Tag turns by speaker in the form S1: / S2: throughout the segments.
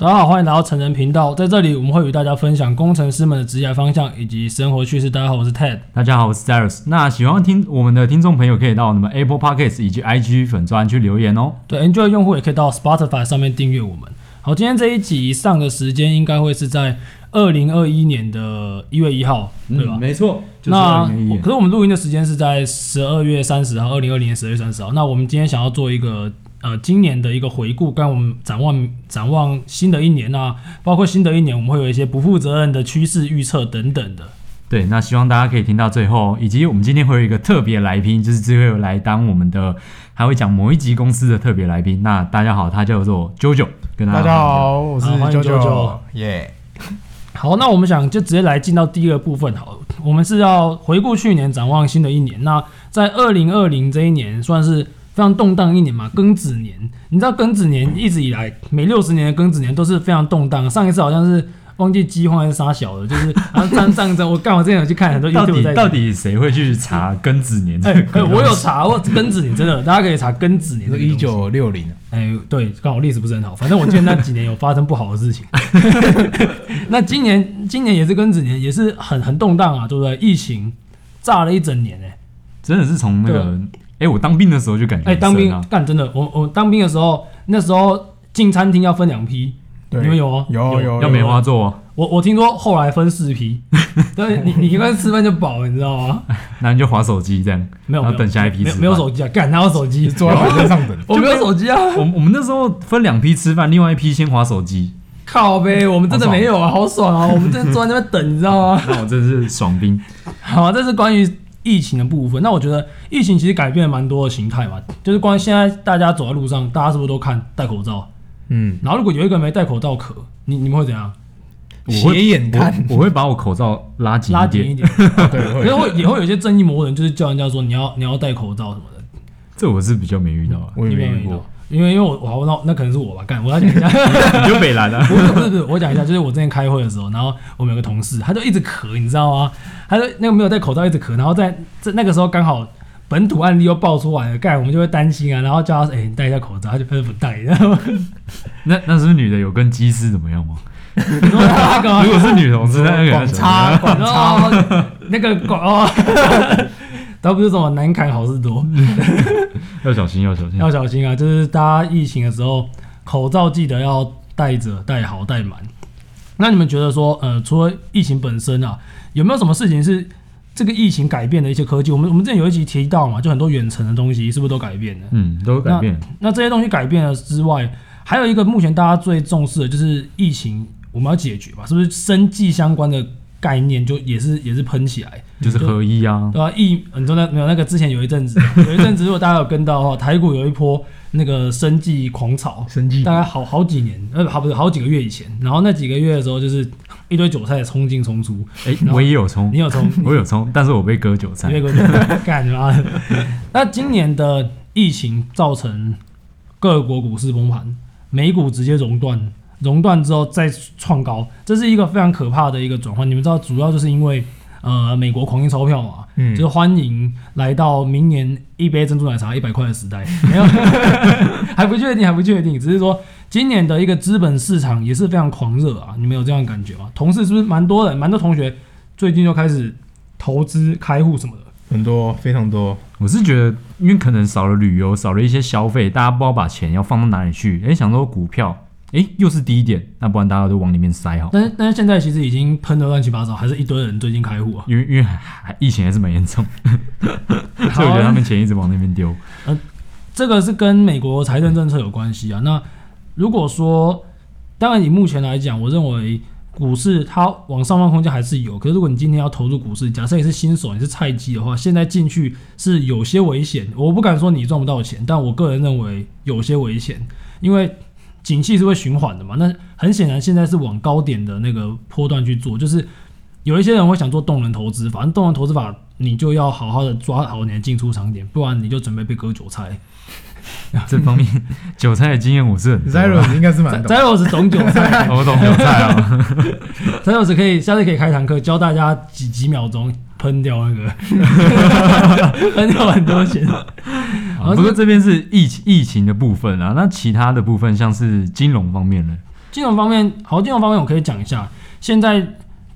S1: 大家好，欢迎来到成人频道，在这里我们会与大家分享工程师们的职业方向以及生活趣事。大家好，我是 Ted。
S2: 大家好，我是 Darius。那喜欢听我们的听众朋友，可以到我们 Apple Podcast 以及 IG 粉专去留言哦。
S1: 对，Enjoy 用户也可以到 Spotify 上面订阅我们。好，今天这一集上的时间应该会是在二零二一年的一月一号，对吧？
S2: 没错，嗯就
S1: 嗯
S2: 是
S1: 那
S2: 二零一
S1: 我可是我们录音的时间是在十二月三十号，二零二零年十二月三十号。那我们今天想要做一个呃今年的一个回顾，跟我们展望展望新的一年啊，包括新的一年我们会有一些不负责任的趋势预测等等的。
S2: 对，那希望大家可以听到最后，以及我们今天会有一个特别来宾，就是最后来当我们的，还会讲某一集公司的特别来宾。那大家好，他叫做 JoJo，跟
S3: 大家，好，我是
S1: 啊欢迎
S3: 九
S1: JoJo
S3: 九，耶！
S1: 好，那我们想就直接来进到第一个部分好了。我们是要回顾去年，展望新的一年。那在二零二零这一年算是非常动荡一年嘛，庚子年。你知道庚子年一直以来每六十年的庚子年都是非常动荡。上一次好像是忘记饥荒还是杀小了，就是好像战战争。我干，我之前有去看很多
S2: 到
S1: YouTube 在
S2: 底到底谁会去查庚子 年
S1: 哎、
S2: 这个？
S1: 哎我有查，我庚子年真的，大家可以查庚子年这个东西。
S3: 一九六零，
S1: 哎，对，刚好历史不是很好，反正我记得那几年有发生不好的事情。 那今年今年也是庚子年，也是很很动荡啊，对不对？疫情炸了一整年、哎
S2: 真的是从那个，哎，我当兵的时候就感觉
S1: 哎，
S2: 很
S1: 当
S2: 深
S1: 兵
S2: 啊，
S1: 干真的，我我当兵的时候，那时候进餐厅要分两批，
S3: 对
S1: 你们有吗？
S3: 有有
S2: 要梅花座哦，
S1: 我我听说后来分四批，对你你一般吃饭就饱，了，你知道吗？
S2: 那你就划手机这样，
S1: 没有，
S2: 然
S1: 没有
S2: 后等下一批
S1: 没
S2: 吃
S1: 有
S2: 饭。
S1: 没有手机啊，干哪有手机？
S3: 坐在板凳上 等。
S1: 我没有手机啊，
S2: 我们我们那时候分两批吃饭，另外一批先划手机，
S1: 靠呗，我们真的没有啊，好爽啊，我们真的坐在那边等，你知道吗？
S2: 那我真是爽兵。
S1: 好，这是关于疫情的部分。那我觉得疫情其实改变了蛮多的形态嘛，就是关于现在大家走在路上，大家是不是都看戴口罩？
S3: 嗯，
S1: 然后如果有一个人没戴口罩咳，你你们会怎样？
S2: 我会
S3: 斜眼看
S2: 我，我会把我口罩拉紧
S1: 拉
S2: 一
S1: 紧一
S2: 点，
S1: 点。
S3: 对，
S1: 可
S3: 会
S1: 是会也会有一些正义魔人，就是叫人家说你要你要戴口罩什么的，
S2: 这我是比较没遇到啊，
S3: 我也
S1: 你
S3: 没
S1: 们有
S3: 遇
S1: 遇
S3: 过
S1: 到。？因为因为我我那那可能是我吧，干我要讲一下，
S2: 你就北蓝啊 了、
S1: 不是不是不是，我讲一下，就是我之前开会的时候，然后我们有个同事，他就一直咳，你知道吗？他就那个没有戴口罩一直咳，然后在这那个时候刚好本土案例又爆出来了，盖我们就会担心啊，然后叫他哎、你戴一下口罩，他就他就不戴，然 后
S2: 那那是不是女的有跟机师怎么样吗？
S1: 你说他干嘛
S2: 如？果是女同事，那个
S3: 广
S2: 人怎么
S3: 差
S2: 样？
S3: 广差，
S1: 哦那个广 哦，倒不是什么难砍好事多，
S2: 要小心，要小心
S1: 要。小心啊！就是大家疫情的时候，口罩记得要戴着，戴好戴满。那你们觉得说，呃，除了疫情本身啊，有没有什么事情是这个疫情改变的一些科技？我们我们之前有一集提到嘛，就很多远程的东西是不是都改变了？
S2: 嗯，都改变了。
S1: 那这些东西改变了之外，还有一个目前大家最重视的就是疫情，我们要解决嘛，是不是生计相关的概念就也是也是喷起来？
S2: 就是合一啊，
S1: 对啊，疫，你说那没有那个之前有一阵子，有一阵子如果大家有跟到的话，台股有一波那个生计狂潮，
S3: 生计
S1: 大概好好几年，呃，好不是好几个月以前，然后那几个月的时候，就是 一堆韭菜冲进冲出，
S2: 哎、我也有冲
S1: 你，有冲，
S2: 我有冲，但是我被割韭
S1: 你
S2: 菜
S1: 被。割干你妈的！那今年的疫情造成各国股市崩盘，美股直接熔断，熔断之后再创高，这是一个非常可怕的一个转换。你们知道，主要就是因为呃，美国狂印钞票嘛，
S3: 嗯
S1: 就是欢迎来到明年一杯珍珠奶茶一百块的时代，没有，还不确定，还不确定，只是说今年的一个资本市场也是非常狂热啊，你们有这样的感觉吗？同事是不是蛮多人，蛮多同学最近就开始投资开户什么的？
S3: 很多非常多，
S2: 我是觉得，因为可能少了旅游，少了一些消费，大家不知道把钱要放到哪里去。哎、想说股票，哎、又是低一点，那不然大家都往里面塞好。
S1: 但是但是现在其实已经喷的乱七八糟，还是一堆人最近开户啊。
S2: 因为因为还疫情还是蛮严重，所以我觉得他们钱一直往那边丢。
S1: 这个是跟美国财政政策有关系啊。那如果说，当然以目前来讲，我认为股市它往上方空间还是有。可是如果你今天要投入股市，假设你是新手，你是菜鸡的话，现在进去是有些危险。我不敢说你赚不到钱，但我个人认为有些危险，因为景气是会循环的嘛。那很显然现在是往高点的那个波段去做，就是。有一些人会想做动能投资法，但动能投资法你就要好好的抓好你的进出场点，不然你就准备被割韭菜。
S2: 这方面韭菜的经验我是很多啊哦
S3: z e r o 应该是蛮懂。
S1: Zeros 是懂韭 菜
S2: 我懂韭菜啊。
S1: ，Zeros 可以下次可以开堂课教大家几几秒钟喷掉那个，喷掉很多钱。
S2: 啊不过这边是疫情疫情的部分啊，那其他的部分像是金融方面呢？
S1: 金融方面，好，金融方面我可以讲一下，现在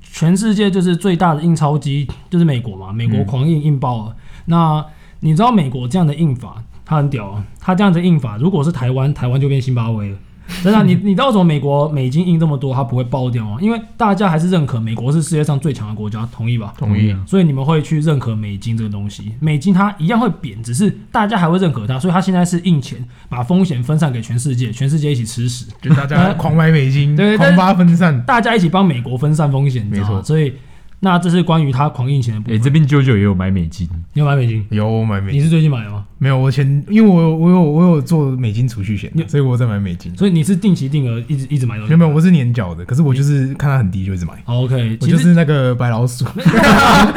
S1: 全世界就是最大的印钞机就是美国嘛，美国狂印印爆了。那你知道美国这样的印法，它很屌啊，它这样的印法，如果是台湾，台湾就变津巴威了。真的啊、你你知道为什么美国美金印这么多，它不会爆掉吗？因为大家还是认可美国是世界上最强的国家，同意吧？
S3: 同意啊，
S1: 所以你们会去认可美金这个东西，美金它一样会贬，只是大家还会认可它，所以它现在是印钱，把风险分散给全世界，全世界一起吃屎，
S3: 就大 家狂买美金，
S1: 对但
S3: 狂
S1: 是
S3: 发分散，
S1: 大家一起帮美国分散风险，你知道吗
S3: 没错
S1: 所以那这是关于它狂印钱的部
S2: 哎、
S1: 分。
S2: 这边舅舅也有买美金，
S1: 你有买美金？
S3: 有我买美
S1: 你
S3: 金，
S1: 是最近买的吗？
S3: 没有我前，因为我有我有我有做美金储蓄险啊，所以我在买美金。
S1: 所以你是定期定额一直一直买东
S3: 没
S1: 西
S3: 有？没有，我是年缴的，可是我就是看它很低就一直买，
S1: 好 OK，
S3: 我
S1: 其
S3: 就
S1: 实，
S3: 是那个白老鼠。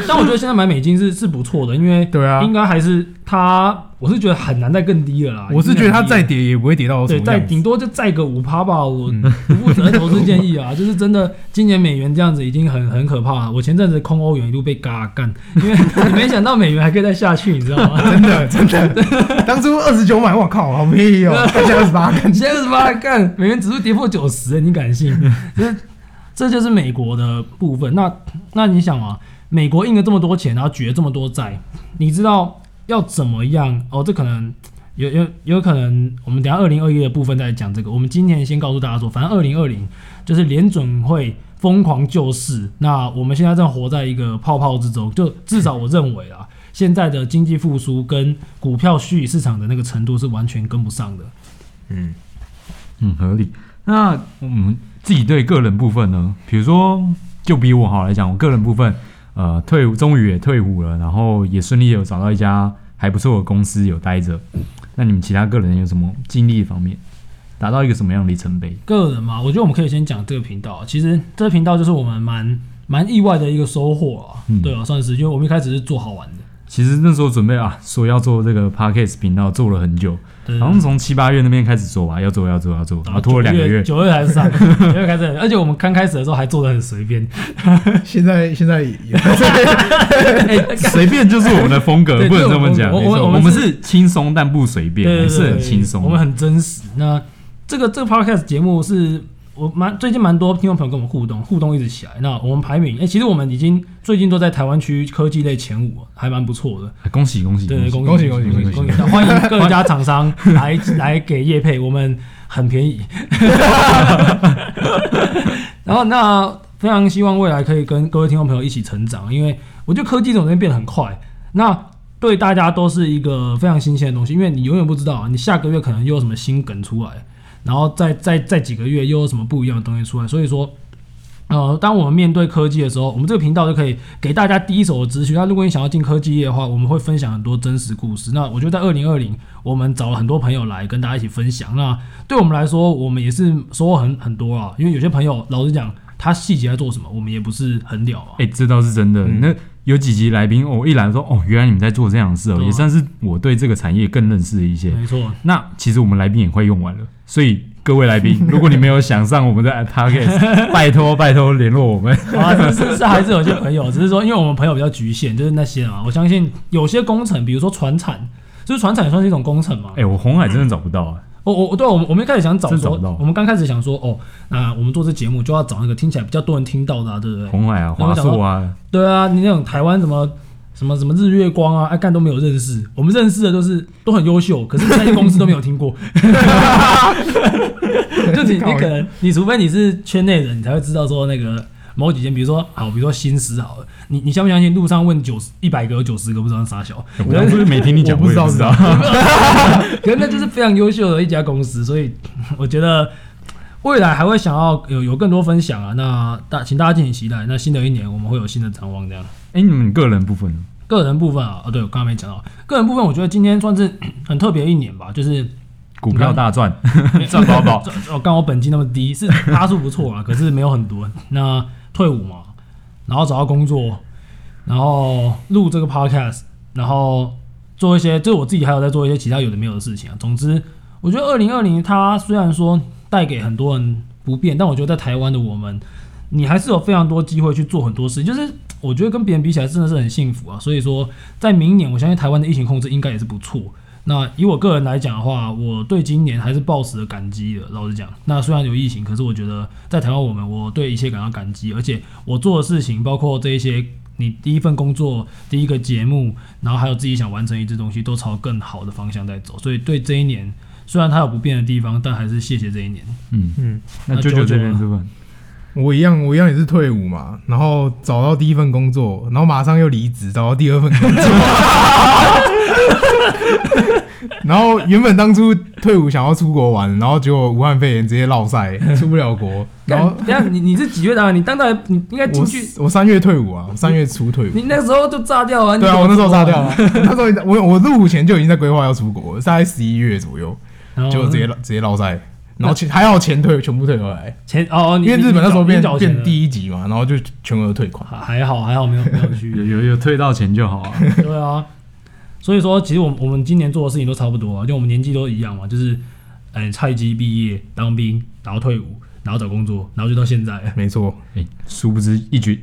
S1: 但我觉得现在买美金是是不错的，因为
S3: 对啊
S1: 应，该还是它，我是觉得很难再更低了啦。
S3: 我是觉得它
S1: 已经很低了
S3: 再跌也不会跌到什
S1: 对，
S3: 么
S1: 再
S3: 样子。嗯
S1: 顶多就再个五趴吧。我不负责投资 建议啊，就是真的，今年美元这样子已经很很可怕了。我前阵子空欧元一度被嘎干，因为 你没想到美元还可以再下去，你知道吗？
S3: 真的真的，当初二十九买，我靠，好便 宜哦，现在二十八，看
S1: 现在是把它 干，美元指数跌破九十，你敢信？这这就是美国的部分。那那你想嘛，美国印了这么多钱，然后举了这么多债，你知道要怎么样？哦，这可能有有有可能，我们等一下二零二一的部分再讲这个。我们今天先告诉大家说，反正二零二零就是联准会疯狂救市。那我们现在正活在一个泡泡之中，就至少我认为啊。现在的经济复苏跟股票虚拟市场的那个程度是完全跟不上的。
S3: 嗯，
S2: 嗯，合理。那我们自己对个人部分呢？比如说，就比我好来讲，我个人部分，呃，退伍终于也退伍了，然后也顺利有找到一家还不错的公司有待着。那你们其他个人有什么经历方面，达到一个什么样的里程碑？
S1: 个人嘛，我觉得我们可以先讲这个频道。啊其实这个频道就是我们蛮蛮意外的一个收获啊，
S2: 嗯
S1: 对啊，算是，因为我们一开始是做好玩的，
S2: 其实那时候准备啊，说要做这个 podcast 频道，做了很久，
S1: 对，
S2: 好像从七八月那边开始做吧，要做要做要做，然后拖了两个月。
S1: 啊九月还是上，九月 开始，而且我们刚开始的时候还做的很随 便，
S3: 现在现在也
S2: 哎，随便就是我们的风格
S1: 对，
S2: 不能这么讲。
S1: 我我
S2: 没错
S1: 我
S2: 我
S1: 们
S2: 们
S1: 是
S2: 是轻松但不随便，
S1: 对对
S2: 也
S1: 对，
S2: 是很
S1: 对
S2: 轻松的。
S1: 我们很真实。那这个这个 podcast 节目是我蛮最近蛮多听众朋友跟我们互动，互动一直起来。那我们排名，哎、其实我们已经最近都在台湾区科技类前五，还蛮不错的。
S2: 啊恭喜恭喜！
S1: 对，
S2: 恭喜
S1: 恭
S3: 恭喜
S1: 喜恭
S3: 恭
S1: 喜
S3: 喜
S1: 恭喜！欢迎各家厂商来 来给叶配，我们很便宜。 然后那非常希望未来可以跟各位听众朋友一起成长，因为我觉得科技这种东西变得很快，那对大家都是一个非常新鲜的东西，因为你永远不知道啊你下个月可能又有什么新梗出来，然后再再再几个月又有什么不一样的东西出来，所以说。呃，当我们面对科技的时候，我们这个频道就可以给大家第一手的资讯。那如果你想要进科技业的话，我们会分享很多真实故事。那我觉得在二零二零，我们找了很多朋友来跟大家一起分享。那对我们来说，我们也是收获很很多啊，因为有些朋友老实讲，他细节在做什么，我们也不是很了啊。
S2: 哎、这倒是真的。那有几集来宾，哦我一来说，哦，原来你们在做这样的事哦，
S1: 对啊
S2: 也算是我对这个产业更认识一些。
S1: 没错，
S2: 那其实我们来宾也快用完了，所以各位来 宾，如果你没有想上我 们的 podcast，拜托拜托联络我们。
S1: 啊，是是是，还是有些朋友，只是说，因为我们朋友比较局限，就是那些啊，我相信有些工程，比如说船产，就是船产也算是一种工程嘛
S2: 哎、。我红海真的找不到啊，
S1: 我哦我我对我们我们一开始想找
S2: 真找
S1: 说
S2: 不到，
S1: 我们刚开始想说，哦，那我们做这节目就要找那个听起来比较多人听到的、啊，对不对？
S2: 红海啊，
S1: 那我
S2: 华
S1: 想到
S2: 硕啊，
S1: 对啊，你那种台湾什么什么什么日月光啊，爱、干都没有认识，我们认识的都是都很优秀，可是那些公司都没有听过。 就你你可能你除非你是圈内人，你才会知道说那个某几间，比如说好，比如说新思好了，你你相不相信路上问九十一百个有九十个不知道是啥小，
S2: 哎 我当初没听你讲，
S3: 我不知
S2: 也
S3: 道
S2: 不知道。
S1: 可是那就是非常优秀的一家公司，所以我觉得未来还会想要有有更多分享啊。那大请大家敬请期待，那新的一年我们会有新的展望这样。
S2: 哎、你们个人部分呢，
S1: 个人部分啊，哦，对我刚刚没讲到，个人部分我觉得今天算是 很特别的一年吧，就是
S2: 股票大赚，赚
S1: 宝
S2: 饱饱。
S1: 我刚我本金那么低，是趴数不错啊，可是没有很多。那退伍嘛，然后找到工作，然后录这个 podcast，然后做一些，就是我自己还有在做一些其他有的没有的事情啊。总之，我觉得二零二零它虽然说带给很多人不便，但我觉得在台湾的我们，你还是有非常多机会去做很多事，就是我觉得跟别人比起来真的是很幸福啊。所以说，在明年，我相信台湾的疫情控制应该也是不错。那以我个人来讲的话，我对今年还是抱持着感激的。老实讲，那虽然有疫情，可是我觉得在台湾我们，我对一切感到感激，而且我做的事情，包括这一些你第一份工作、第一个节目，然后还有自己想完成一支东西，都朝更好的方向在走。所以对这一年，虽然它有不变的地方，但还是谢谢这一年。
S2: 嗯，
S3: 嗯，
S2: 那
S1: 那
S2: 舅
S1: 舅
S2: 舅
S1: 舅
S2: 这边
S1: 呢
S2: 部分，
S3: 我一样，我一样也是退伍嘛，然后找到第一份工作，然后马上又离职，找到第二份工作。 然后原本当初退伍想要出国玩，然后结果武汉肺炎直接落塞，出不了国。然后
S1: 等一下你你是几月啊当？你当然你应该进
S3: 我
S1: 去，
S3: 我三月退伍啊，我三月初退伍。
S1: 你那时候就炸掉啊！
S3: 对啊，我那时候炸掉
S1: 了，
S3: 了。那时候我我入伍前就已经在规划要出国，大概十一月左右，
S1: 然后
S3: 就直接直接落塞。然后钱还好钱退全部退回来，
S1: 前哦，哦你
S3: 因为日本那时候变变
S1: 低，
S3: 第一级嘛，然后就全额退款。
S1: 还还好还好没有没有去
S2: 有有有退到钱就好啊。
S1: 对啊，所以说其实我们我们今年做的事情都差不多、啊，就我们年纪都一样嘛，就是，哎、菜鸡毕业当兵，然后退伍，然后找工作，然后就到现在，
S3: 没错，
S2: 哎，殊不知一举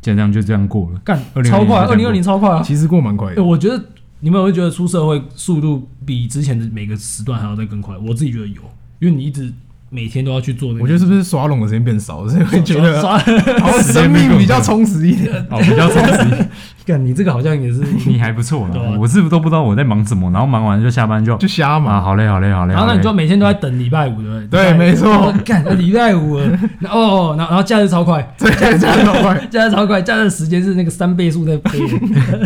S2: 就这样就这样过了。
S1: 干
S2: 2020
S1: 超快，
S2: 就
S1: 二
S2: 这
S1: 零
S2: 样
S1: 二
S2: 过
S1: 零超快啊！
S3: 其实过蛮快
S1: 哎
S3: 的。
S1: 我觉得你们有没有觉得出社会速度比之前的每个时段还要再更快？我自己觉得有，因为你一直每天都要去做那个，
S3: 我 觉得是不是耍拢的时间变少，所以会觉得啊
S1: 刷。
S3: 好像生命比较充实一点。
S2: 哦，比较充实，
S1: 干你这个好像 也是，
S2: 你还不错
S1: 对
S2: 啦
S1: 啊。
S2: 我是不都不知道我在忙什么，然后忙完就下班就
S3: 就瞎
S2: 啊，
S3: 嘛，
S2: 好嘞，好嘞，好嘞。
S1: 然后
S2: 好
S1: 呢，
S2: 嘞
S1: 你就每天都在等礼拜五，对不对？
S3: 对，没错
S1: 哦，，干礼拜五了，然后哦，哦然后然后假日超快，
S3: 这这这么快，
S1: 假日超快，假日时间是那个三倍速在 飞的，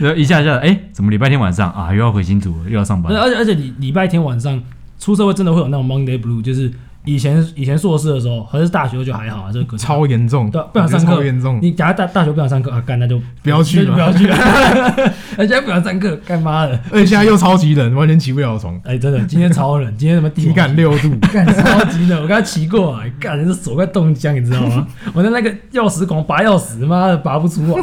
S2: 然后一下一下，哎，怎么礼拜天晚上啊又要回新竹了，又要上班
S1: 而？而且而且礼礼拜天晚上出社会真的会有那种 Monday Blue，就是以前以前硕士的时候还是大学就还好啊，这个隔天
S3: 超严重，
S1: 对啊不想上
S3: 超
S1: 课，
S3: 严重。
S1: 你假如大大学不想上课啊，干那就
S3: 不要去
S1: 那就不
S3: 了
S1: 要去了， 而且不想上课，干妈的，
S3: 而且现在又超级冷，完全起不了床，
S1: 哎真的今天超冷，今天什么
S3: 体感六度，
S1: 干超级冷，我刚才骑过来，干这手快冻僵，你知道吗？我在那个钥匙孔拔钥匙，妈的拔不出来。啊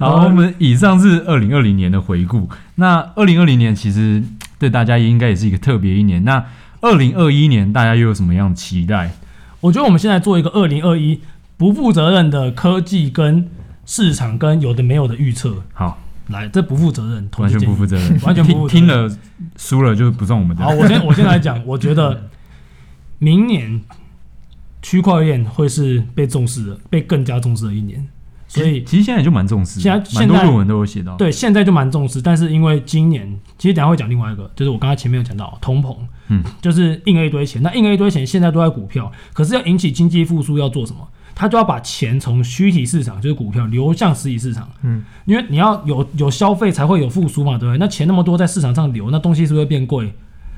S2: 好，我们以上是二零二零年的回顾。那二零二零年其实对大家也应该也是一个特别一年。那二零二一年大家又有什么样的期待？
S1: 我觉得我们现在做一个二零二一不负责任的科技跟市场跟有的没有的预测，
S2: 好，
S1: 来，这不负责任，同
S2: 完
S1: 志
S2: 全
S1: 建议
S2: 不负责任，
S1: 完全不负责任
S2: 听听了输了就不算我们的
S1: 好，。我先我先来讲，我觉
S2: 嗯
S1: 得明年区块链会是被重视的，被更加重视的一年，所以
S2: 其实现在就蛮重视的，
S1: 现在
S2: 蛮
S1: 现
S2: 多
S1: 在
S2: 论文都有写到。，
S1: 对，现在就蛮重视，但是因为今年，其实等一下会讲另外一个，就是我刚才前面有讲到通膨，
S2: 嗯，
S1: 就是印了一堆钱，那印了一堆钱，现在都在股票，可是要引起经济复苏要做什么？他就要把钱从虚体市场，就是股票，流向实体市场，
S3: 嗯，
S1: 因为你要有有消费才会有复苏嘛，对不对？那钱那么多在市场上流，那东西是不是会变贵？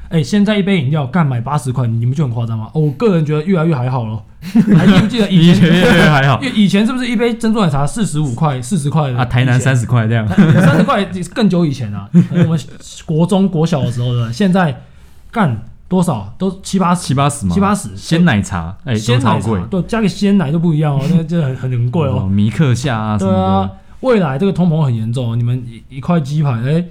S1: 哎，现在一杯饮料干买八十块，你们就很夸张吗？哦我个人觉得越来越还好 了，还记不记得以
S2: 以
S1: 前？
S2: 前还 好
S1: 因为以前是不是一杯珍珠奶茶四十五块、四十块的
S2: 啊，台南
S1: 以前
S2: 三十块这样。
S1: 三十块更久以前啊，我们国中、国小的时候的，现在干多少都七八十、
S2: 七八十吗？
S1: 七八十
S2: 鲜奶茶，哎、
S1: 鲜
S2: 都超
S1: 奶
S2: 贵
S1: 茶，，对，加个鲜奶就不一样 哦，那个就很很很贵
S2: 什么
S1: 哦。
S2: 米克夏啊什
S1: 对
S2: 么的，
S1: 啊，未来这个通膨很严重哦，你们一一块鸡排，哎，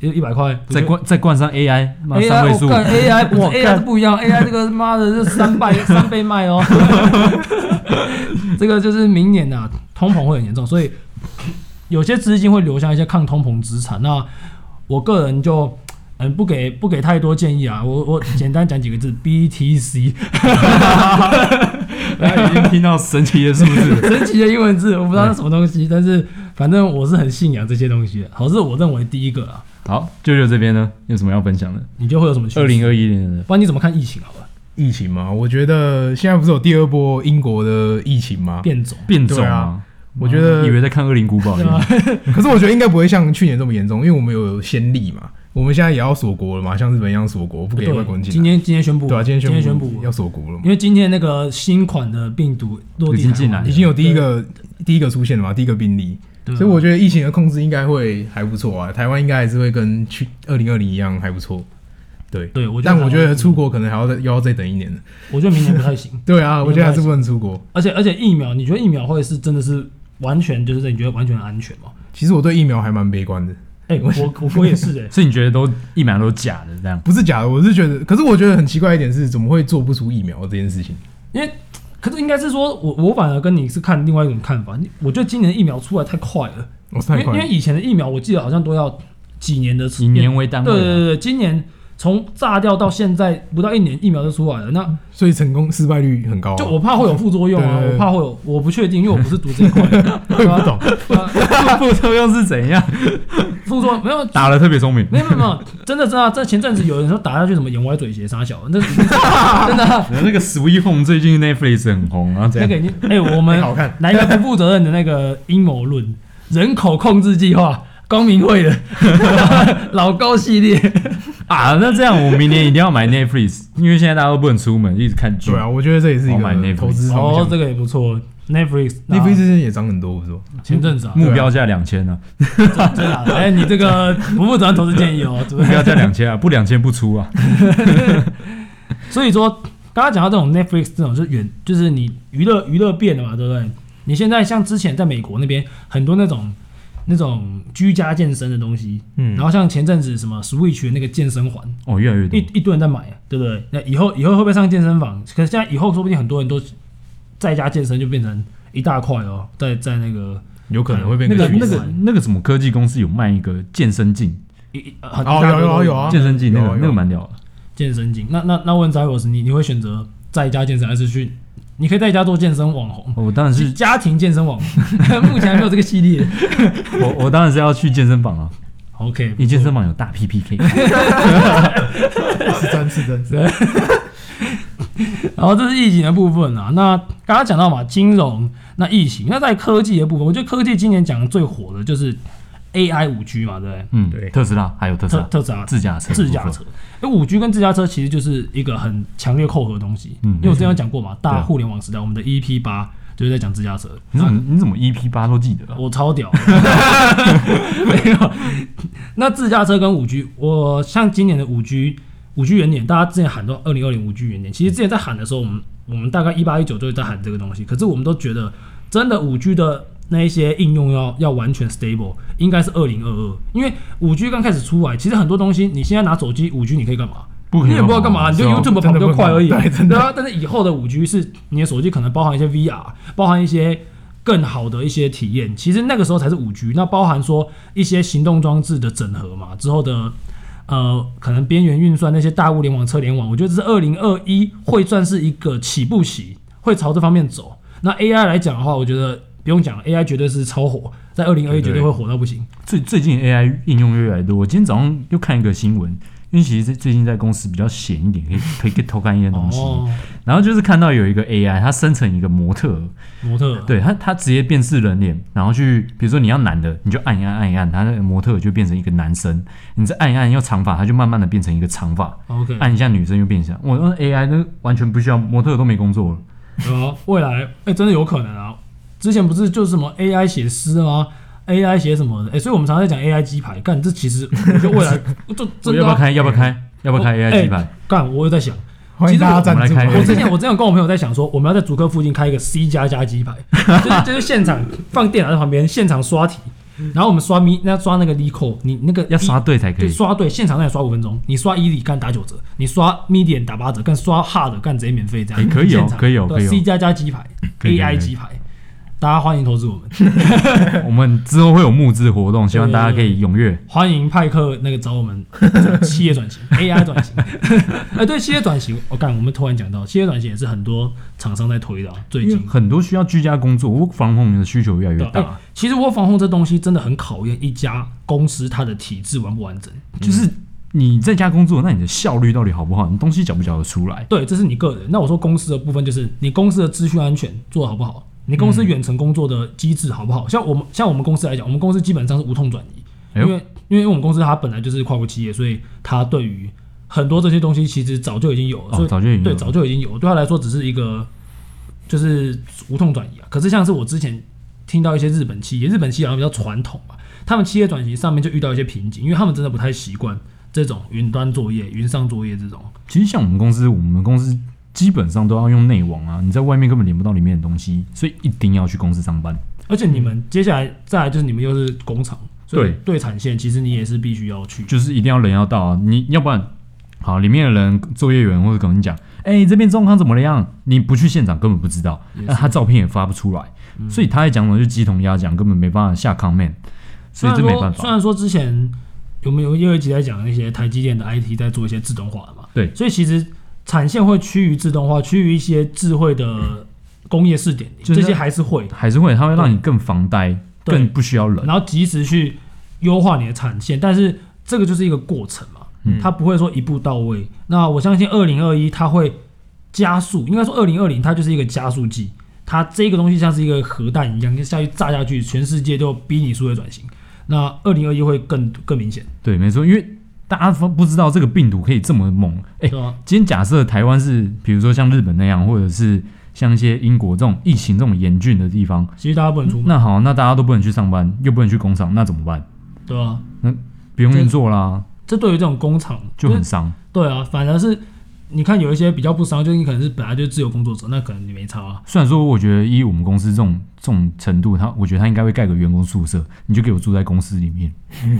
S1: 一一百块，
S2: 再
S1: 过。
S2: 冠再冠上 AI，妈
S1: AI
S2: 三位数
S1: 啊哎我，干 AI 不是
S3: 哇
S1: AI
S3: 干
S1: 是不一样，AI 这个妈的是三倍三倍卖哦， 这个就是明年啊，通膨会很严重，所以有些资金会流向一些抗通膨资产。那我个人就。嗯，不给不给太多建议啊，我我简单讲几个字，BTC，
S2: 大家已经听到神奇的数字。
S1: 神奇的英文字，我不知道是什么东西，但是反正我是很信仰这些东西的。好，这是我认为第一个啊，
S2: 好，舅舅这边呢，有什么要分享的？
S1: 你觉得会有什么趋势？
S2: 二零二一年的
S1: 不然你怎么看疫情？好吧，
S3: 疫情嘛，我觉得现在不是有第二波英国的疫情吗？
S1: 变嗯种，
S2: 变种
S3: 对
S2: 啊
S3: 啊，我觉得
S2: 以为在看《恶灵古堡》一
S1: 呃对啊吧
S2: 样，？
S3: 可是我觉得应该不会像去年这么严重，因为我们有先例嘛，我们现在也要锁国了嘛，像日本一样锁国，不给外国人
S1: 今
S3: 进来。
S1: 天今天宣布，
S3: 对啊，今
S1: 今天
S3: 天
S1: 宣
S3: 宣
S1: 布
S3: 要锁国了嘛
S1: 因，为今天那个新款的病毒落地
S2: 已经进来了
S3: 已经有第一个第一个出现了嘛，第一个病例，所以我
S1: 觉
S3: 觉得疫情的控制应该会还不错啊，台湾应该还是会跟去二零二零一样还不错。对，
S1: 对我觉
S3: 但
S1: 得
S3: 我觉得出国可能还要再又要再等一年了。，
S1: 得我觉得明年不太行
S3: 对啊，我觉得还是不能出国。
S1: 而且而且疫苗，你觉得疫苗会是真的是完全就是你觉得完全安全吗？
S3: 其实我对疫苗还蛮悲观的，
S1: 哎、我我我也是哎、
S2: 所以你觉得都疫苗都假的这 样？
S3: 不是假的，我是觉得，可是我觉得很奇怪一点是，怎么会做不出疫苗这件事情？
S1: 因为可是应该是说我我反而跟你是看另外一种看法，你我觉得今年疫苗出来太快了，
S3: 我是太
S1: 因为因
S3: 快
S1: 为
S3: 了，
S1: 以前的疫苗我记得好像都要几年的
S2: 以年为单位、
S1: 对
S2: 啊，
S1: 对对对，今年从炸掉到现在不到一年，疫苗就出来了。那
S3: 所以成功失败率很高啊、
S1: 就我怕会有副作用啊，
S3: 对对对
S1: 我怕会有，我不确定，因为我不是读这一块的，
S3: 我也不懂，
S1: 对啊
S2: 副作用是怎样？
S1: 副作用没有。
S2: 打了特别聪明，
S1: 没有没有没有，真的真的啊，这前阵子有人说打下去什么眼歪嘴斜傻小，那真的啊
S2: 那个 Sweet Home 最近 Netflix 很红 啊，这
S1: 那
S2: 样
S1: 个已经哎、我们
S3: 很好看。
S1: 来一个不负责任的那个阴谋论，人口控制计划，光明会的老高系列，
S2: 啊，那这样我明年一定要买 Netflix，因为现在大家都不能出门，一直看剧
S3: 对。啊，我觉得这也是一
S2: 我买
S3: 个
S2: Netflix
S3: 投资方
S1: 哦，这
S3: 向。
S1: 个也不错，Netflix 啊
S3: Netflix 之前也涨很多，不是吗？
S1: 前阵子啊，
S2: 目标价两千啊，
S1: 真的啊，哎、你这个不负责任投资建议哦，
S2: 目标价两千啊，不两千不出啊。
S1: 所以说，刚刚讲到这种 Netflix 这种就是远，就是你娱乐娱乐变了嘛，对不对？你现在像之前在美国那边很多那种那种居家健身的东西，
S3: 嗯
S1: 然后像前阵子什么 Switch 的那个健身环，
S2: 哦，越来越
S1: 一
S2: 多。
S1: 一堆人在买，啊对不对？那以后以后会不会上健身房？可是现在以后说不定很多人都在家健身，就变成一大块哦，在在那个
S3: 有可能会变
S2: 那个
S3: 趋
S2: 那
S3: 势
S2: 个那个什么科技公司有卖一个健身镜，
S1: 一一呃很
S3: 哦
S1: 一大
S3: 有
S1: 堆
S3: 有有
S1: 都
S3: 啊
S2: 健身镜那
S3: 有
S2: 个
S3: 啊
S2: 那个蛮屌的。
S1: 健身镜。那那那问 Zeros，你你会选择在家健身还是去？你可以在家做健身网红，
S2: 我当然
S1: 是
S2: 是
S1: 家庭健身网红， 目前还没有这个系列。
S2: 我我当然是要去健身房啊，
S1: OK，
S2: 因为健身房有大 PPK。
S3: 是真是真，
S1: 然后这是疫情的部分啊。那刚刚讲到嘛，金融，那疫情，那在科技的部分，我觉得科技今年讲的最火的就是 AI 五 G 嘛，对不对？
S2: 嗯，
S3: 对
S2: 特斯拉还有特斯
S1: 特
S2: 拉
S1: 特斯拉
S2: 自驾车，
S1: 自驾车，那五 G 跟自驾车其实就是一个很强烈扣合的东西。
S2: 嗯
S1: 因为我之前有讲过嘛，
S2: 对
S1: 大
S2: 啊
S1: 互联网时代，我们的 EP 八就是在讲自驾车。
S2: 你怎么你怎么 EP 八都记得啊？
S1: 我超屌， 没有。那自驾车跟五 G，我像今年的五 G，五 G 元年，大家之前喊到二零二零五 G 元年，其实之前在喊的时候，我们我们大概一八一九就在喊这个东西，可是我们都觉得真的五 G 的那一些应用要要完全 stable，应该是二零二二，因为五 G 刚开始出来，其实很多东西你现在拿手机五 G 你可以干嘛？
S2: 不可以
S1: 你也不知道干嘛，你就是
S2: 啊
S1: YouTube 跑得快而已，
S3: 真的不能对真
S1: 对啊。但是以后的五 G 是你的手机可能包含一些 VR，包含一些更好的一些体验。其实那个时候才是五 G，那包含说一些行动装置的整合嘛，之后的呃可能边缘运算那些大物联网、车联网，我觉得这是二零二一会算是一个起步期，会朝这方面走。那 AI 来讲的话，我觉得不用讲了，AI 绝对是超火，在二零二一绝对会火到不行。
S2: 最最近 AI 应用越来越多，我今天早上又看一个新闻，因为其实最最近在公司比较闲一点，可以可以可以偷看一些东西。
S1: 哦，
S2: 然后就是看到有一个 AI，它生成一个模特儿，
S1: 模特儿，
S2: 对它它直接辨识人脸，然后去比如说你要男的，你就按一按按一按，它那个模特儿就变成一个男生；你再按一按要长发，它就慢慢的变成一个长发。
S1: ，OK，
S2: 按一下女生又变成，我那 AI 那完全不需要模特儿都没工作了。
S1: 有啊，未来哎、真的有可能啊！之前不是就是什么 AI 写诗吗？AI 写什么的？哎、所以我们常常在讲 AI 鸡排，干这其实我觉得 未来就真的
S2: 要不要
S1: 啊
S2: 开？要不要开？要不要开 AI
S1: 哎
S2: 机牌？
S1: 干，我有在 想，
S3: 欢迎大家赞助
S2: 其实我们来看一下
S1: 我之前我之前有跟我朋友在想说，我们要在竹科附近开一个 C 加加鸡排， 就是就是现场放电脑在旁边，现场刷题，然后我们刷咪，那刷那个 l i c o 你那个
S2: 要刷对才可
S1: 对，
S2: 以。
S1: 刷对，现场让你刷五分钟，你刷 easy 干打九折，你刷 medium 打八折，干刷 hard 干直接免费这样，
S2: 哎可以哦
S1: 现场
S2: 可以哦
S1: 对
S2: 可以哦
S1: C 加加鸡排
S2: 可以可以可
S1: ，AI
S2: 以
S1: 鸡排，大家欢迎投资我们，
S2: 我们之后会有募资活动，希望大家可以踊跃。
S1: 欢迎派克那个找我 们这样企业转型，AI 转型， 哎，对，企业转型，我、干，我们突然讲到企业转型也是很多厂商在推的啊、最
S2: 因为
S1: 近。
S2: 很多需要居家工作，work from home 的需求越来越
S1: 对啊，
S2: 大。
S1: 哎其实 work from home 这东西真的很考验一家公司它的体制完不完整。
S2: 就是你在家工作，那你的效率到底好不好？你东西缴不缴得出来？
S1: 对，这是你个人。那我说公司的部分就是你公司的资讯安全做得好不好，你公
S2: 嗯
S1: 司远程工作的机制好不好？像我们像我们公司来讲，我们公司基本上是无痛转移，
S2: 哎
S1: 因
S2: 呦
S1: 为因为我们公司它本来就是跨国企业，所以它对于很多这些东西其实早就已经有了，
S2: 哦
S1: 所以
S2: 早就已经有
S1: 对
S2: 了
S1: 早就已经有，对他来说只是一个就是无痛转移啊。可是像是我之前听到一些日本企业，日本企业好像比较传统吧，他们企业转型上面就遇到一些瓶颈，因为他们真的不太习惯这种云端作业、云上作业这种。
S2: 其实像我们公司，我们公司基本上都要用内网啊，你在外面根本连不到里面的东西，所以一定要去公司上班。
S1: 而且你们接下来再来就是你们又是工厂，所以
S2: 对
S1: 对产线其实你也是必须要去。
S2: 就是一定要人要到啊，你要不然，好，里面的人作业员或者跟
S1: 嗯
S2: 你讲，哎、这边状况怎么样？你不去现场根本不知道，那他照片也发不出来，所以他在讲的就鸡同鸭讲，根本没办法下 comment，所以这没办
S1: 虽
S2: 法。
S1: 然说之前有没有又一集在讲那些台积电的 IT 在做一些自动化的嘛？
S2: 对
S1: 所以其实产线会趋于自动化，趋于一些智慧的工业试点，
S2: 就是
S1: 这些还是会，
S2: 还是会它会让你更防呆，
S1: 对
S2: 更不需要人。
S1: 然后及时去优化你的产线，但是这个就是一个过程嘛，
S2: 嗯
S1: 它不会说一步到位。那我相信二零二一它会加速，应该说二零二零它就是一个加速剂，它这个东西像是一个核弹一样，就下去炸下去，全世界都逼你数位转型。那二零二一会更更明显，
S2: 对，没错，因为大家都不知道这个病毒可以这么猛。哎、
S1: 对吧？
S2: 今天假设台湾是，比如说像日本那样，或者是像一些英国这种疫情这种严峻的地方，
S1: 其实大家不能出门，
S2: 那好，那大家都不能去上班，又不能去工厂，那怎么办？
S1: 对吧、
S2: 不用运作啦，
S1: 这对于这种工厂
S2: 就很伤。
S1: 对啊，反而是你看有一些比较不伤，就是你可能是本来就是自由工作者，那可能你没差啊。
S2: 虽然说，我觉得以我们公司这种这种程度，他我觉得他应该会盖个员工宿舍，你就给我住在公司里面，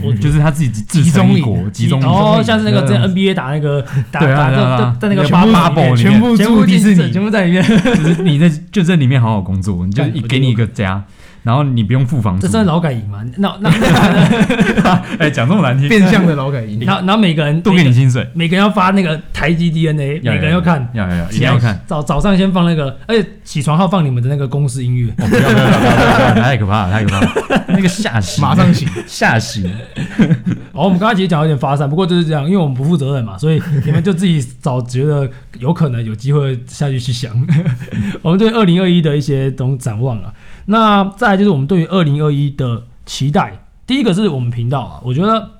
S1: 我
S2: 就是他自己自成一国，集中营。
S1: 哦，像是那个在
S2: 对啊
S1: NBA 打那个打
S2: 对
S1: 打
S2: 啊对啊对
S1: 在
S2: 啊
S1: 在那个
S2: 也
S1: 八
S2: 不
S1: 八
S2: 是
S1: 包
S2: 里面
S3: 全部住迪士尼，
S4: 全部在里面，
S2: 就是你在就在里面好好工作，你就
S1: 干我觉得
S2: 给你一个家，然然后你不用付房
S1: 这。
S2: 租
S1: 哦算劳改营吗？那那那
S2: 哎，讲这么难听，
S3: 变相的劳改营。
S1: 然后然后每个人
S2: 多给你薪水，
S1: 每个人要发那个台积 DNA，
S2: 要
S1: 每个人要看，，
S2: 要要要，一定要看。
S1: 早早上先放那个，而且起床后放你们的那个公司音乐，
S2: 哦不要不要不要不要不要太可怕了，太可怕 了，那个吓醒，
S3: 马上醒，
S2: 吓醒。
S1: 哦，我们刚刚其实讲有点发散，不过就是这样，因为我们不负责任嘛，所以你们就自己找觉得有可能有机会下去去想。 我们对二零二一的一些东展望啊，那再来就是我们对于二零二一的期待。第一个是我们频道啊，我觉得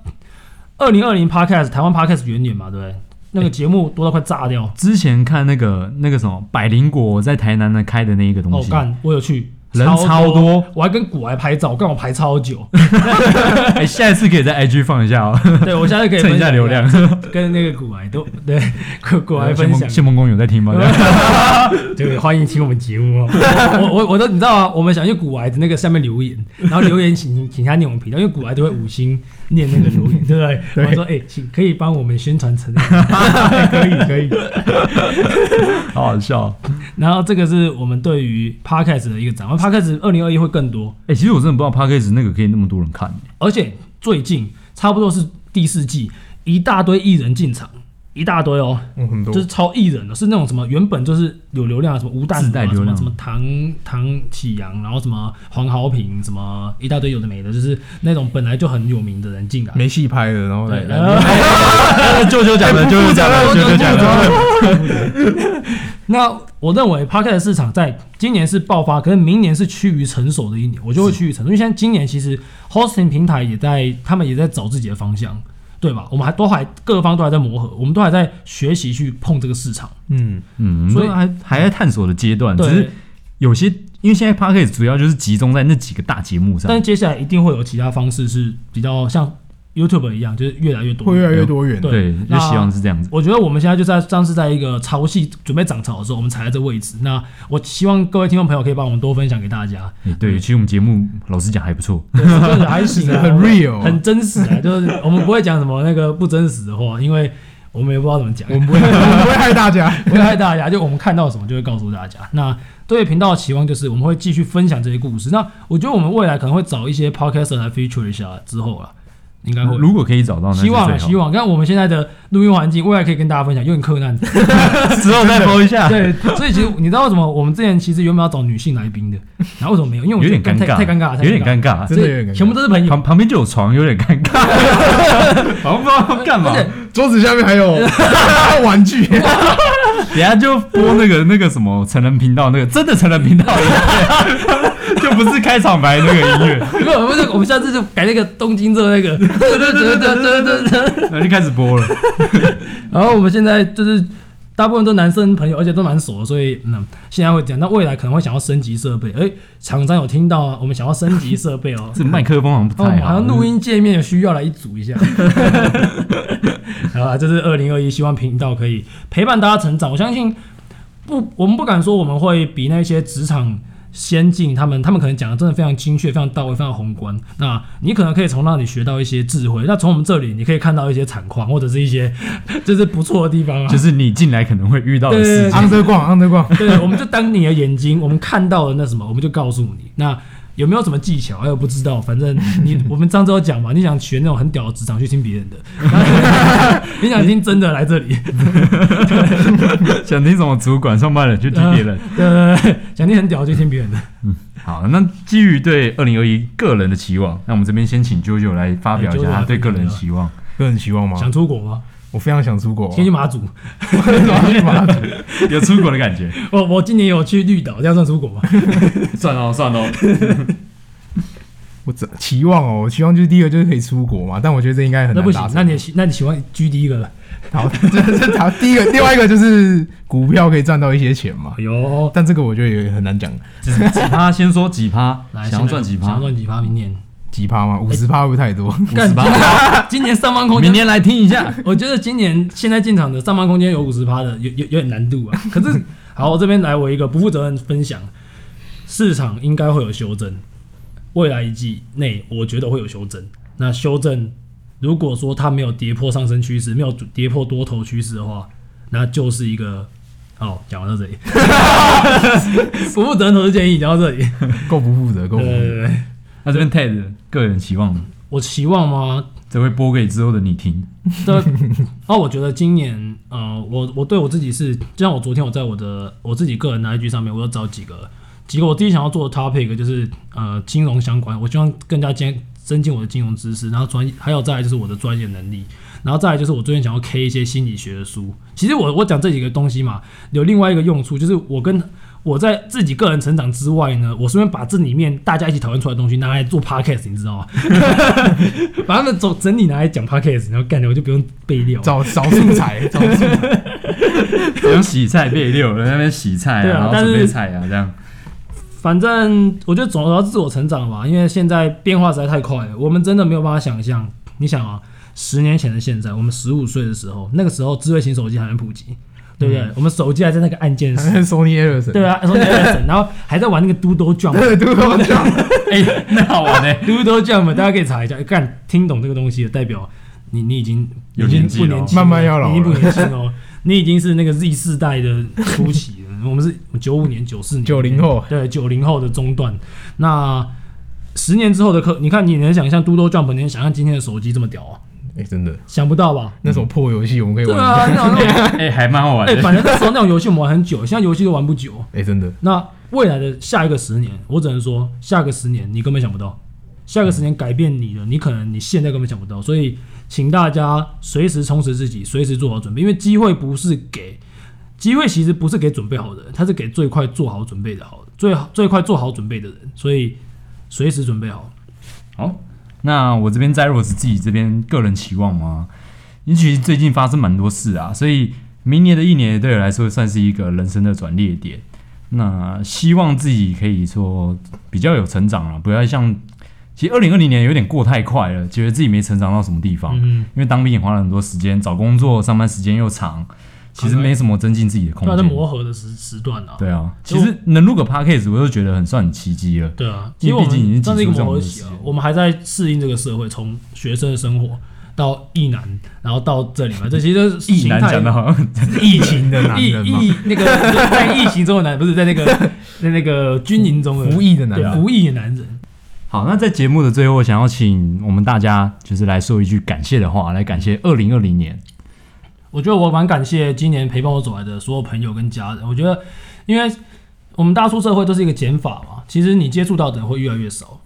S1: 二零二零 Podcast 台湾 Podcast 元年嘛，对不对？那个节目多到快炸掉。
S2: 之前看那个那个什么百灵果在台南的开的那一个东
S1: 哦，
S2: 西，
S1: 干，我有去，
S2: 哎人
S1: 超
S2: 超多，
S1: 我还跟古来拍照，干我排超久。
S2: 哎，下一次可以 在 IG 放一下哦，
S1: 对我现在可以
S2: 蹭一下
S1: 分享
S2: 流量，。
S1: 跟那个古来都对古 古来
S2: 谢
S1: 分享
S2: 梦。谢梦工有在 听吗？
S1: 对，欢迎听我们节目哦。我我我都你知道啊，我们想去古癌的那个下面留言，然后留言请请他念我们频道，因为古癌都会五星念那个留言，对不对？
S3: 对
S1: 我说哎、请可以帮我们宣传成。
S3: 可以可以，
S2: 好好笑。哦
S1: 然后这个是我们对于 podcast 的一个展望，podcast 二零二一会更多，
S2: 哎，其实我真的不知道 Podcast 那个可以那么多人 看，
S1: 而且最近差不多是第四季，一大堆艺人进场，一大堆哦，
S3: 嗯，很多
S1: 就是超艺人的，是那种什么原本就是有流量的，什么吴淡如啊
S2: 自带流量
S1: 什么什么唐唐启阳，然后什么黄豪平，什么一大堆有的没的，就是那种本来就很有名的人进来。
S3: 没戏拍的，然后
S1: 对，
S3: 来
S1: 呃
S2: 舅舅哎讲的，舅舅讲的，舅舅讲的。
S1: 那我认为 p o c k e t 市场在今年是爆发，可是明年是趋于成熟的一年，我就会趋于成熟，因为现在今年其实 hosting 平台也在，他们也在找自己的方向，对吧？我们还都还各方都还在磨合，我们都还在学习去碰这个市场，
S3: 嗯，
S2: 嗯，
S1: 所
S2: 所
S1: 以
S2: 以还还在探索的阶段，只
S1: 对
S2: 是。有些因为现在 Podcast 主要就是集中在那几个大节目上
S1: 但，是接下来一定会有其他方式是比较像 YouTube 一样，就是越来越多。
S3: 会越来越多元。
S1: 对
S2: 对，
S1: 那
S2: 就希望是这样子。
S1: 我觉得我们现在就在像是在一个潮汐准备涨潮的时候，我们踩在这位置。那我希望各位听众朋友可以帮我们多分享给大 家，
S2: 哎对，其实我们节目老实讲还不错，
S1: 对就是还行啊，
S3: 很 real
S1: 很真实啊，就是我们不会讲什么那个不真实的话，因为我们也不知道怎么讲
S3: 我。们不会，我们不会害大家。
S1: 不会害大家，就我们看到什么就会告诉大家。那对频道的期望就是我们会继续分享这些故事。那我觉得我们未来可能会找一些 podcaster 来 feature 一下之后啦，应该会。
S2: 如果可以找到，那
S1: 希望啊，希
S2: 望
S1: 望。看我们现在的录音环境，未来可以跟大家分享，有点困难。
S2: 之后再播一下。
S1: 对，所以其实你知道为什么？我们之前其实原本要找女性来宾的，然后为什么没有？因为我
S2: 有
S1: 们
S2: 点
S1: 觉得
S2: 尴尬，
S1: 太太尴尬了，
S2: 有点
S1: 尬，
S2: 尴尬。
S1: 所以
S3: 真的有点尴尬
S1: 全部都是朋友。
S2: 旁旁边就有床，有点尴尬， 好像不知道要干嘛。
S1: 而且
S3: 桌子下面还有玩具，
S2: 等一下就播那个那个什么成人频道，那个真的成人频道 的音乐，就不是开场白那个音乐，
S1: 没有，不是，我们下次就改那个东京热那个，
S2: 然后就开始播了。。
S1: 然后我们现在就是大部分都男生朋友，而且都蛮熟的，所以嗯，现在会讲，那未来可能会想要升级设备。哎，厂商有听到啊，我们想要升级设备哦
S2: 这麦克风好像不
S1: 那我
S2: 太
S1: 们好
S2: 好，
S1: 像录音界面有需要来一组一下。 好啦，这是二零二一，希望频道可以陪伴大家成长。我相信不，我们不敢说我们会比那些职场先进，他们他们可能讲的真的非常精确、非常到位、非常宏观。那你可能可以从那里学到一些智慧。那从我们这里，你可以看到一些惨况，或者是一些 就是不错的地方啊。
S2: 就是你进来可能会遇到的
S1: 对对
S2: 事
S1: 对
S2: 情。
S3: 昂着逛，昂着逛。
S1: 对，我们就当你的眼睛，我们看到了那什么，我们就告诉你。那有没有什么技巧？哎，我不知道，反正你我们上周有讲嘛，你想学那种很屌的职场，去听别人的； 你想听真的，来这里。
S2: 想听什么主管、上班人去听别人。
S1: 呃，想听很屌，就听别人的。
S2: 好，那基于对二零二一个人的期望，那我们这边先请啾啾来发表一
S1: 哎啾啾
S2: 下
S1: 来
S2: 他对个人的期 望。
S3: 个人期望吗？
S1: 想出国吗？
S3: 我非常想出国啊，
S1: 先去马祖。
S2: 有出国的感觉，
S1: 我我今年有去绿岛，这样算出国吗？
S2: 算哦算哦。
S3: 我只期望哦，我期望就是第一个就是可以出国嘛，但我觉得这应该很
S1: 那
S3: 难
S1: 不行
S3: 达，成。
S1: 那你那你喜欢居第一个了？
S3: 好， 这这好，第一个，另外一个就是股票可以赚到一些钱嘛
S1: 哎，呦，
S3: 但这个我觉得也很难讲，
S2: 几几趴先说几趴，
S1: 来，
S2: 想要赚几
S1: 想
S2: 趴
S1: 要，赚几趴？明年，
S3: 几趴
S1: 哎
S3: 嘛，五十趴会不会太多？
S2: 五十趴，
S1: 今年上方空间
S2: 明。年来听一下。
S1: 我觉得今年现在进场的上方空间有五十趴的，有有有点难度啊。可是，好，我这边来我一个不负责任分享，市场应该会有修正，未来一季内我觉得会有修正。那修正如果说它没有跌破上升趋势，没有跌破多头趋势的话，那就是一个。好，讲完到这里， 不负责任投资建议讲到这里。
S3: 够不负责，够
S1: 对
S3: 不负
S1: 对
S3: 责。
S1: 对对，
S2: 那这边 Ted 个人期望呢，
S1: 我期望吗？
S2: 这会播给之后的你听。
S1: 这哦，我觉得今年呃，我我对我自己是，就像我昨天我在我的我自己个人的 IG 上面，我有找几个几个我自己想要做的 topic，就是呃金融相关，我希望更加兼增进我的金融知识，然后专还有再来就是我的专业能力，然后再来就是我最近想要 K 一些心理学的书。其实我我讲这几个东西嘛，有另外一个用处，就是我跟我在自己个人成长之外呢，我顺便把这里面大家一起讨论出来的东西拿来做 podcast，你知道吗？ 把它们整整理拿来讲 podcast，然后干的我就不用备料。
S3: 找找素 材，找素材。
S2: 不用洗菜备料，在那边洗菜啊，
S1: 对啊
S2: 然后
S1: 但是
S2: 准备菜啊，这样。
S1: 反正我觉得总要自我成长吧，因为现在变化实在太快了，我们真的没有办法想象。你想啊，十年前的现在，我们十五岁的时候，那个时候智慧型手机还没普及，对不对？我们手机还在那个按键 式，
S3: Sony Ericsson，
S1: 对啊，手机还在整然后还在玩那个 Doodle Jump。
S3: 对，都够讲。
S2: 哎、那好玩呢、
S1: Doodle Jump，大家可以查一下。干，听懂这个东西的代表你你已经
S2: 有
S1: 已经
S2: 年纪
S1: 不
S2: 了
S1: 年轻
S3: 慢慢要老
S1: 你已经不
S3: 了
S1: 年轻哦，你已经是那个 Z 世代的初期了。我们是九五年、九四年、
S3: 90后
S1: 对九零后的中段。那十年之后的科，你看你能想象 Doodle Jump，你能想象今天的手机这么屌啊？
S3: 哎，真的，
S1: 想不到吧？
S3: 那种破游戏我们可以
S1: 对
S3: 玩
S1: 啊，
S3: 一下。
S1: 那种那种
S2: 哎、还蛮好玩
S1: 哎，
S2: 的。
S1: 反正那时候那种游戏我们玩很久，现在游戏都玩不久。
S3: 哎，真的，
S1: 那未来的下一个十年，我只能说下个十年你根本想不到，下个十年改变你的，你可能你现在根本想不到。所以，请大家随时充实自己，随时做好准备，因为机会不是给，机会其实不是给准备好的人，它是给最快做好准备的好，最好最快做好准备的人。所以，随时准备好。
S2: 好，那我这边在我是自己这边个人期望吗？因为其实最近发生蛮多事啊，所以明年的一年对我来说算是一个人生的转捩点。那希望自己可以说比较有成长啊，不要像其实二零二零年有点过太快了，觉得自己没成长到什么地方，
S1: 嗯，
S2: 因为当兵也花了很多时间，找工作上班时间又长，其实没什么增进自己的空
S1: 对啊，在
S2: 间。
S1: 磨合的时时段啊。
S2: 对啊，其实能录个 podcast 我就觉得很算很奇迹了。
S1: 对啊，
S2: 因
S1: 因
S2: 为
S1: 为
S2: 毕
S1: 我
S2: 竟已经
S1: 们
S2: 挤
S1: 算是一个
S2: 出这
S1: 磨合
S2: 种东
S1: 期
S2: 西
S1: 啊
S2: 了，
S1: 我们还在适应这个社会，从学生的生活到异男，然后到这 里嘛，这其实都是
S2: 一难
S1: 形态
S2: 讲的好像
S3: 疫情的男
S1: 疫
S3: 人嘛，
S1: 疫那个在疫情中的男，不是在那个在那个军营中的
S3: 服役的男
S1: 对啊
S3: 人，
S1: 服役的男人，
S2: 好，那在节目的最后，想要请我们大家就是来说一句感谢的话，来感谢二零二零年。
S1: 我觉得我蛮感谢今年陪伴我走来的所有朋友跟家人。我觉得，因为我们大家出社会都是一个减法嘛，其实你接触到的人会越来越少，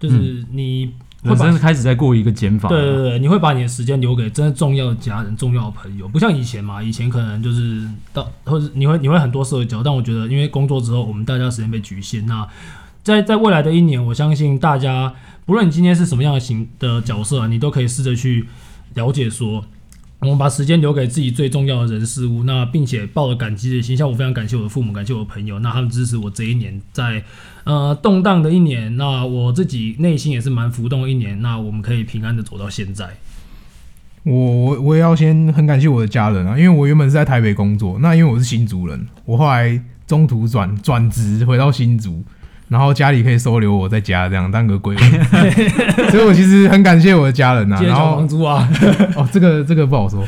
S1: 就是你会
S2: 嗯人
S1: 把
S2: 生开始在过一个减法，
S1: 对对对，你会把你的时间留给真的重要的家人、重要的朋友，不像以前嘛，以前可能就是到或者你会你会很多社交，但我觉得因为工作之后，我们大家时间被局限，那在在未来的一年，我相信大家不论你今天是什么样的形的角色啊、你都可以试着去了解说。我们把时间留给自己最重要的人事物，那并且抱着感激的心，像我非常感谢我的父母，感谢我的朋友，那他们支持我这一年在呃动荡的一年，那我自己内心也是蛮浮动的一年，那我们可以平安的走到现在。
S3: 我我我也要先很感谢我的家人啊，因为我原本是在台北工作，那因为我是新竹人，我后来中途转转职回到新竹，然后家里可以收留我在家这样当个归位，所以我其实很感谢我的家人啊。
S1: 记得
S3: 然
S1: 交
S3: 后
S1: 房租啊，
S3: 哦，这个这个不好说。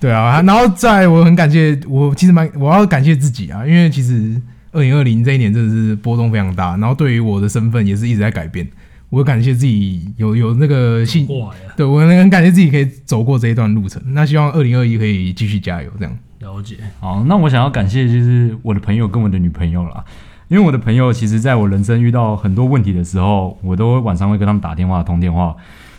S3: 对啊，然后再来我很感谢我其实蛮我要感谢自己啊，因为其实2020二零二零这一年真的是波动非常大，然后对于我的身份也是一直在改变。我感谢自己有有那个信，
S1: 过来了，
S3: 对我很感谢自己可以走过这一段路程。那希望二零二一可以继续加油，这样。
S1: 了解。
S2: 好，那我想要感谢就是我的朋友跟我的女朋友啦，因为我的朋友其实在我人生遇到很多问题的时候，我都晚上会跟他们打电话通电话，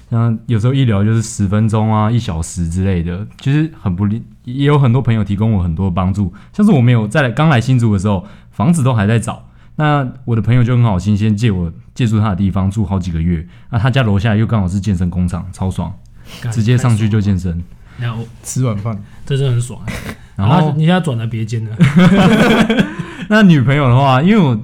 S2: 那有时候一聊就是十分钟啊、一小时之类的，其实很不利，也有很多朋友提供我很多帮助，像是我没有在刚来新竹的时候，房子都还在找。那我的朋友就很好心，先借我借住他的地方住好几个月。那他家楼下又刚好是健身工厂，超爽，
S1: 干
S2: 直接上去就健身。
S1: 太爽了，那我
S3: 吃晚饭，
S1: 这真的很爽。
S2: 然后
S1: 啊你现在转来别 间了，
S2: 那女朋友的话，因为我不知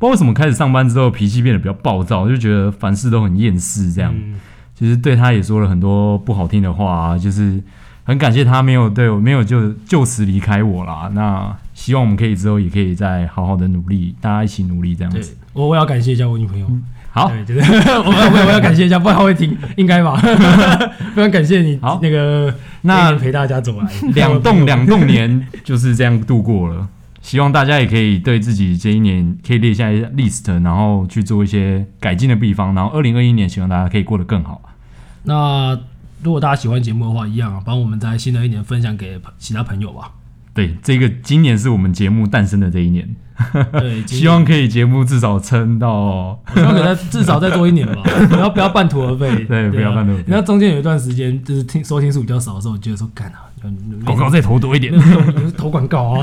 S2: 道为什么开始上班之后脾气变得比较暴躁，就觉得凡事都很厌世，这样。
S1: 嗯
S2: 其实对她也说了很多不好听的话、啊，就是很感谢她没有对我没有就就此离开我啦。那希望我们可以之后也可以再好好的努力，大家一起努力这样
S1: 对
S2: 子。，
S1: 我我要感谢一下我女朋友。
S2: 嗯好，
S1: 对，就是 我们我我要感谢一下，不然她会听，应该吧？ 非常感谢你
S2: 好
S1: 那个
S2: 那
S1: 那陪大家走来
S2: 两栋两栋年就是这样度过了。希望大家也可以对自己这一年可以列下一 list，然后去做一些改进的地方，然后二零二一年希望大家可以过得更好。
S1: 那如果大家喜欢节目的话，一样啊，帮我们在新的一年分享给其他朋友吧。
S2: 对，这个今年是我们节目诞生的这一年，
S1: 对，今年
S2: 希望可以节目至少撑到
S1: 希望给他至少再多一年 吧，不要不要半途而废。
S2: 对
S1: 啊
S2: 不要半途而废
S1: 那中间有一段时间，就是听收听数比较少的时候，我觉得说干啊，就
S2: 广告再投多一点。
S1: 投广告啊。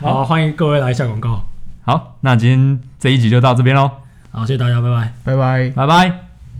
S1: 好，欢迎各位来下广告。
S2: 好，那今天这一集就到这边喽，
S1: 好，谢谢大家，拜拜。
S3: 拜拜。
S2: 拜拜。